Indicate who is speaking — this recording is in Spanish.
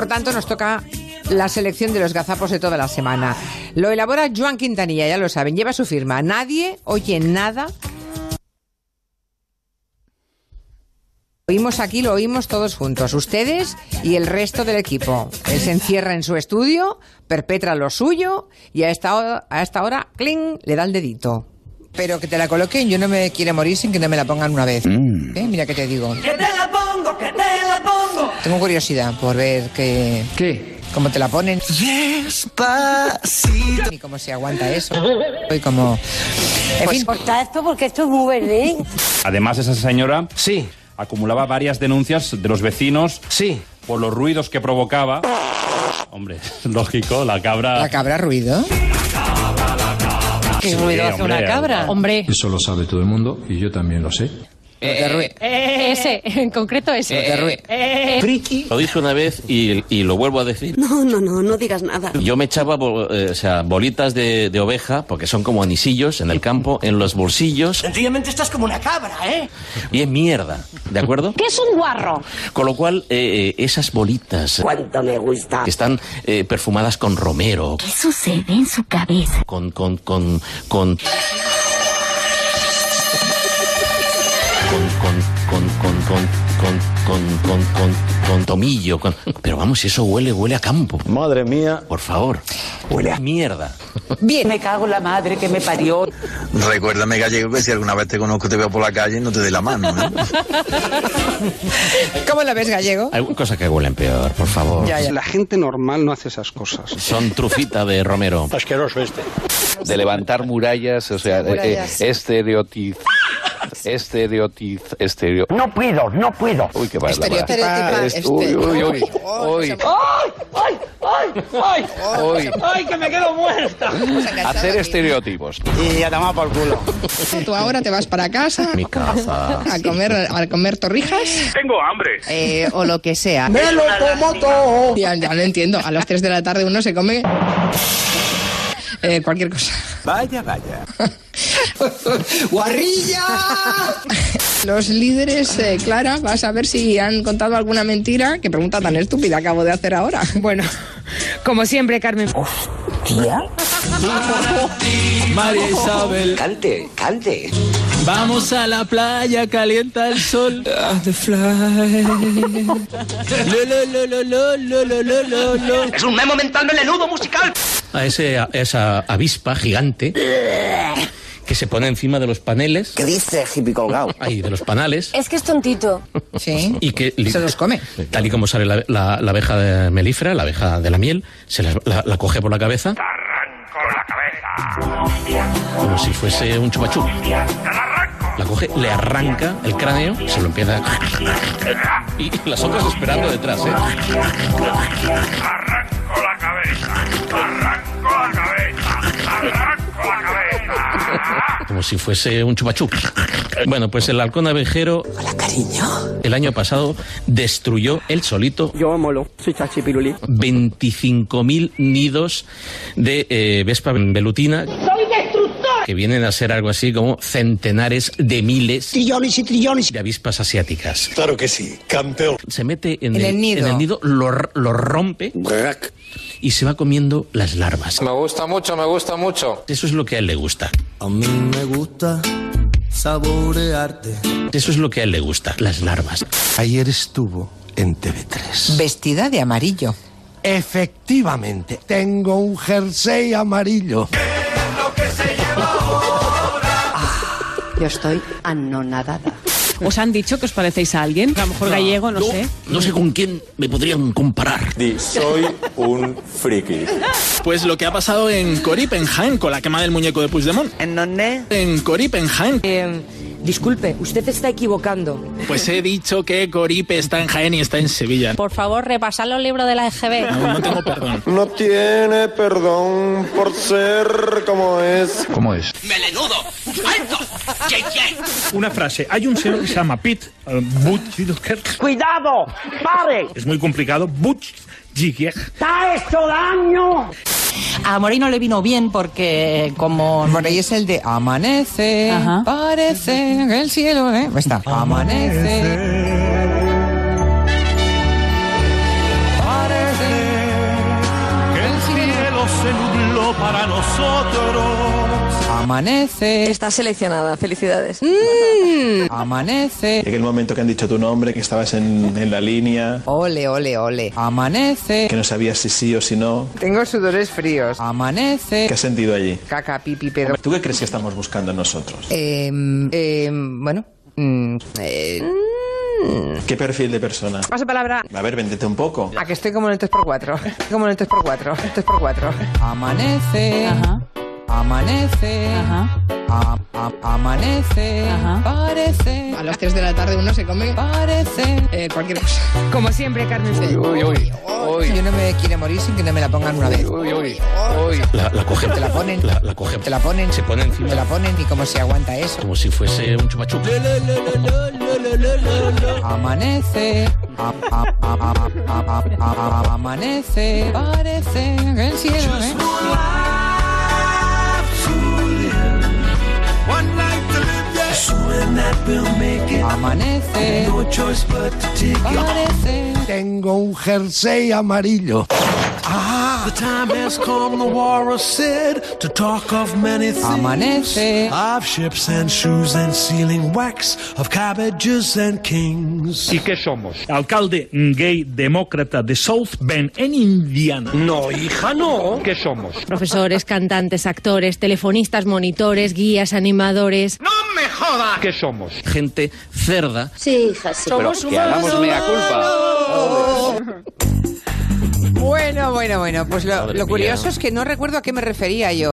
Speaker 1: Por tanto, nos toca la selección de los gazapos de toda la semana. Lo elabora Joan Quintanilla, ya lo saben, lleva su firma. Nadie oye nada. Lo Oímos aquí, lo oímos todos juntos, ustedes y el resto del equipo. Él se encierra en su estudio, perpetra lo suyo y a esta hora, a esta hora cling, le da el dedito.
Speaker 2: Pero que te la coloquen, yo no me quiero morir sin que no me la pongan una vez. ¿Eh? Mira que te digo.
Speaker 3: Que te la pongo, que te la pongo.
Speaker 2: Tengo curiosidad por ver que,
Speaker 4: ¿Qué?
Speaker 2: cómo te la ponen y cómo se aguanta eso. Y cómo... En
Speaker 3: Pues
Speaker 2: fin,
Speaker 5: Pues Corta esto porque esto es muy verde, ¿eh?
Speaker 6: Además, esa señora
Speaker 4: Sí,
Speaker 6: acumulaba varias denuncias de los vecinos
Speaker 4: sí.
Speaker 6: por los ruidos que provocaba. Hombre, es lógico, la cabra.
Speaker 2: la cabra ruido.
Speaker 6: Sí, hombre,
Speaker 7: Hombre,
Speaker 8: Eso lo sabe todo el mundo y yo también lo sé.
Speaker 2: Porque ruido.
Speaker 7: ese, en concreto ese.
Speaker 9: Lo dije una vez y, y lo vuelvo a decir.
Speaker 5: No, no, no, no digas nada.
Speaker 9: Yo me echaba bo- eh, o sea, bolitas de, de oveja, porque son como anisillos en el campo, en los bolsillos,
Speaker 3: Sencillamente estás como una cabra, ¿eh?
Speaker 9: y es mierda, ¿de acuerdo?
Speaker 5: ¿Qué es un guarro?
Speaker 9: Con lo cual, eh, eh, esas bolitas
Speaker 3: Cuánto me gusta.
Speaker 9: que están eh, perfumadas con romero,
Speaker 10: ¿Qué sucede en su cabeza?
Speaker 9: con, con, con, con... Con, con, con, con, con, con, con, con, con, con tomillo, con... Pero vamos, eso huele, huele a campo.
Speaker 8: Madre mía.
Speaker 9: Por favor. Huele a mierda.
Speaker 3: Me cago en la madre que me parió.
Speaker 8: Recuérdame, gallego, que si alguna vez te conozco, te veo por la calle, no te dé la mano.
Speaker 2: ¿Cómo la ves, gallego?
Speaker 9: Hay cosas que huelen peor, por favor.
Speaker 2: Ya, ya.
Speaker 4: La gente normal no hace esas cosas.
Speaker 9: Son trufita de Romero.
Speaker 11: de levantar murallas, o sea,
Speaker 2: Murallas.
Speaker 11: eh, eh, estereotiz... Estereotiz... Estereo...
Speaker 3: No puedo, no puedo.
Speaker 11: Uy, qué mal.
Speaker 2: Estereotipar,
Speaker 11: Uy, uy, uy, uy.
Speaker 3: ¡Ay, ay, ay, ay!
Speaker 11: Uy.
Speaker 3: ¡Ay, que me quedo muerta!
Speaker 11: Hacer este estereotipos.
Speaker 2: Tú ahora te vas para casa
Speaker 9: Mi casa.
Speaker 2: a comer, a comer torrijas. Tengo hambre. eh, o lo que sea.
Speaker 3: ¡Me lo como todo!
Speaker 2: Ya, ya lo entiendo. A las 3 de la tarde uno se come eh, cualquier cosa. Vaya, vaya. ¡Guarrilla! Los líderes, eh, Clara, vas a ver si han contado alguna mentira. Qué pregunta tan estúpida acabo de hacer ahora. Bueno,
Speaker 7: Como siempre, Carmen.
Speaker 4: María Isabel,
Speaker 3: Cante, cante.
Speaker 4: vamos a la playa, calienta el sol. Lo, lo, lo, lo, lo, lo, lo, lo, lo, lo.
Speaker 3: Es un memo mental melenudo musical.
Speaker 9: A ese, a esa avispa gigante que se pone encima de los paneles,
Speaker 3: ¿Qué dice, hippie colgado?
Speaker 9: ahí, de los panales,
Speaker 5: Es que es tontito.
Speaker 2: sí.
Speaker 9: y que
Speaker 2: Se los come.
Speaker 9: tal y como sale la, la- la abeja de melífera, la abeja de la miel, se la, la- la coge por la cabeza. Como si fuese un chupachú. La coge, le arranca el cráneo, se lo empieza. a- Y las otras esperando detrás, ¿eh? Como si fuese un chupachú. Bueno, pues el halcón abejero. Hola, cariño. El año pasado destruyó él solito
Speaker 3: Yo molo, soy chachipirulí.
Speaker 9: 25.000 nidos de eh, Vespa velutina. Que vienen a ser algo así como centenares de miles. Trillones y trillones. De avispas asiáticas. Claro que sí, campeón. Se mete en,
Speaker 2: En el nido.
Speaker 9: en el nido, lo, r- lo rompe y se va comiendo las larvas.
Speaker 11: Me gusta mucho, me gusta mucho.
Speaker 9: Eso es lo que a él le gusta.
Speaker 8: A mí me gusta saborearte.
Speaker 9: Eso es lo que a él le gusta, las larvas.
Speaker 8: Ayer estuvo en TV3.
Speaker 2: Vestida de amarillo.
Speaker 8: Efectivamente, tengo un jersey amarillo.
Speaker 5: Yo estoy anonadada.
Speaker 7: ¿Os han dicho que os parecéis a alguien? A lo mejor gallego, no, sé.
Speaker 9: No sé con quién me podrían comparar.
Speaker 8: Soy un friki.
Speaker 4: Pues lo que ha pasado en Coripenheim con la quema del muñeco de Puigdemont.
Speaker 3: ¿En dónde?
Speaker 4: En Coripenheim,
Speaker 5: disculpe, usted está equivocando.
Speaker 4: pues he dicho que Coripe está en Jaén y está en Sevilla.
Speaker 7: Por favor, repasad los libros de la EGB.
Speaker 4: No, no tengo perdón.
Speaker 8: No tiene perdón por ser como es. ¿Cómo es?
Speaker 3: ¡Melenudo! ¡Alto! ¡Ye, ye!
Speaker 4: Una frase. Hay un señor que se llama Pete Butchker.
Speaker 3: ¡Cuidado! ¡Pare!
Speaker 4: Es muy complicado. Butchker.
Speaker 3: ¡Está hecho daño!
Speaker 7: A Moreno le vino bien porque como...
Speaker 2: Bueno, y es el de amanece,
Speaker 7: Ajá.
Speaker 2: parece el cielo, ¿eh? Está. Amanece. Parece
Speaker 12: solo para nosotros.
Speaker 13: Amanece. Estás seleccionada, felicidades.
Speaker 8: Amanece. Llega el momento que han dicho tu nombre, que estabas en, en la línea.
Speaker 2: Ole, ole, ole.
Speaker 8: Amanece. Que no sabías si sí o si no.
Speaker 2: Tengo sudores fríos.
Speaker 8: ¿Qué
Speaker 2: Amanece.
Speaker 8: has sentido allí?
Speaker 2: Caca, pipi, pedo.
Speaker 8: ¿Tú qué crees que estamos buscando nosotros?
Speaker 2: Eh, eh, bueno. mm, eh, mm.
Speaker 8: ¿Qué perfil de persona?
Speaker 2: paso palabra.
Speaker 8: A ver, véndete un poco.
Speaker 2: A que estoy como en el 3x4. Como en el 3x4. 3x4.
Speaker 8: Amanece.
Speaker 2: Amanece.
Speaker 10: amanece. Parece. A las 3 de la tarde uno se come. Parece. cualquier cosa.
Speaker 2: Como siempre, Carmen. Eh, Uy, uy, uy. Yo no me quiero morir sin que no me la pongan una vez. Uy, uy, uy.
Speaker 9: La, la cogen.
Speaker 2: Te la ponen.
Speaker 9: La, la cogen.
Speaker 2: Te la ponen.
Speaker 9: Se pone encima.
Speaker 2: Te la ponen y cómo se aguanta eso.
Speaker 9: Como si fuese un chupachup.
Speaker 8: Amanece.
Speaker 2: Amanece. Parece. El cielo, ¿eh?
Speaker 8: Amanece.
Speaker 2: Parece.
Speaker 11: Tengo un jersey amarillo. The time has come, the war is said, to talk of many things.
Speaker 8: Amanece.
Speaker 2: Ah,
Speaker 11: Of ships and shoes and sealing wax, of cabbages and kings.
Speaker 6: ¿Y qué somos? Alcalde gay demócrata de South Bend en Indiana. No, hija, no. ¿Qué somos?
Speaker 5: Profesores, cantantes, actores, telefonistas, monitores, guías, animadores.
Speaker 6: ¡Me joda! ¿Qué somos?
Speaker 9: Gente cerda.
Speaker 5: Sí, hija, sí.
Speaker 14: Pero que hagamos mea culpa.
Speaker 2: Bueno, bueno, bueno. Pues lo,
Speaker 14: Madre mía.
Speaker 2: lo curioso es que no recuerdo a qué me refería yo.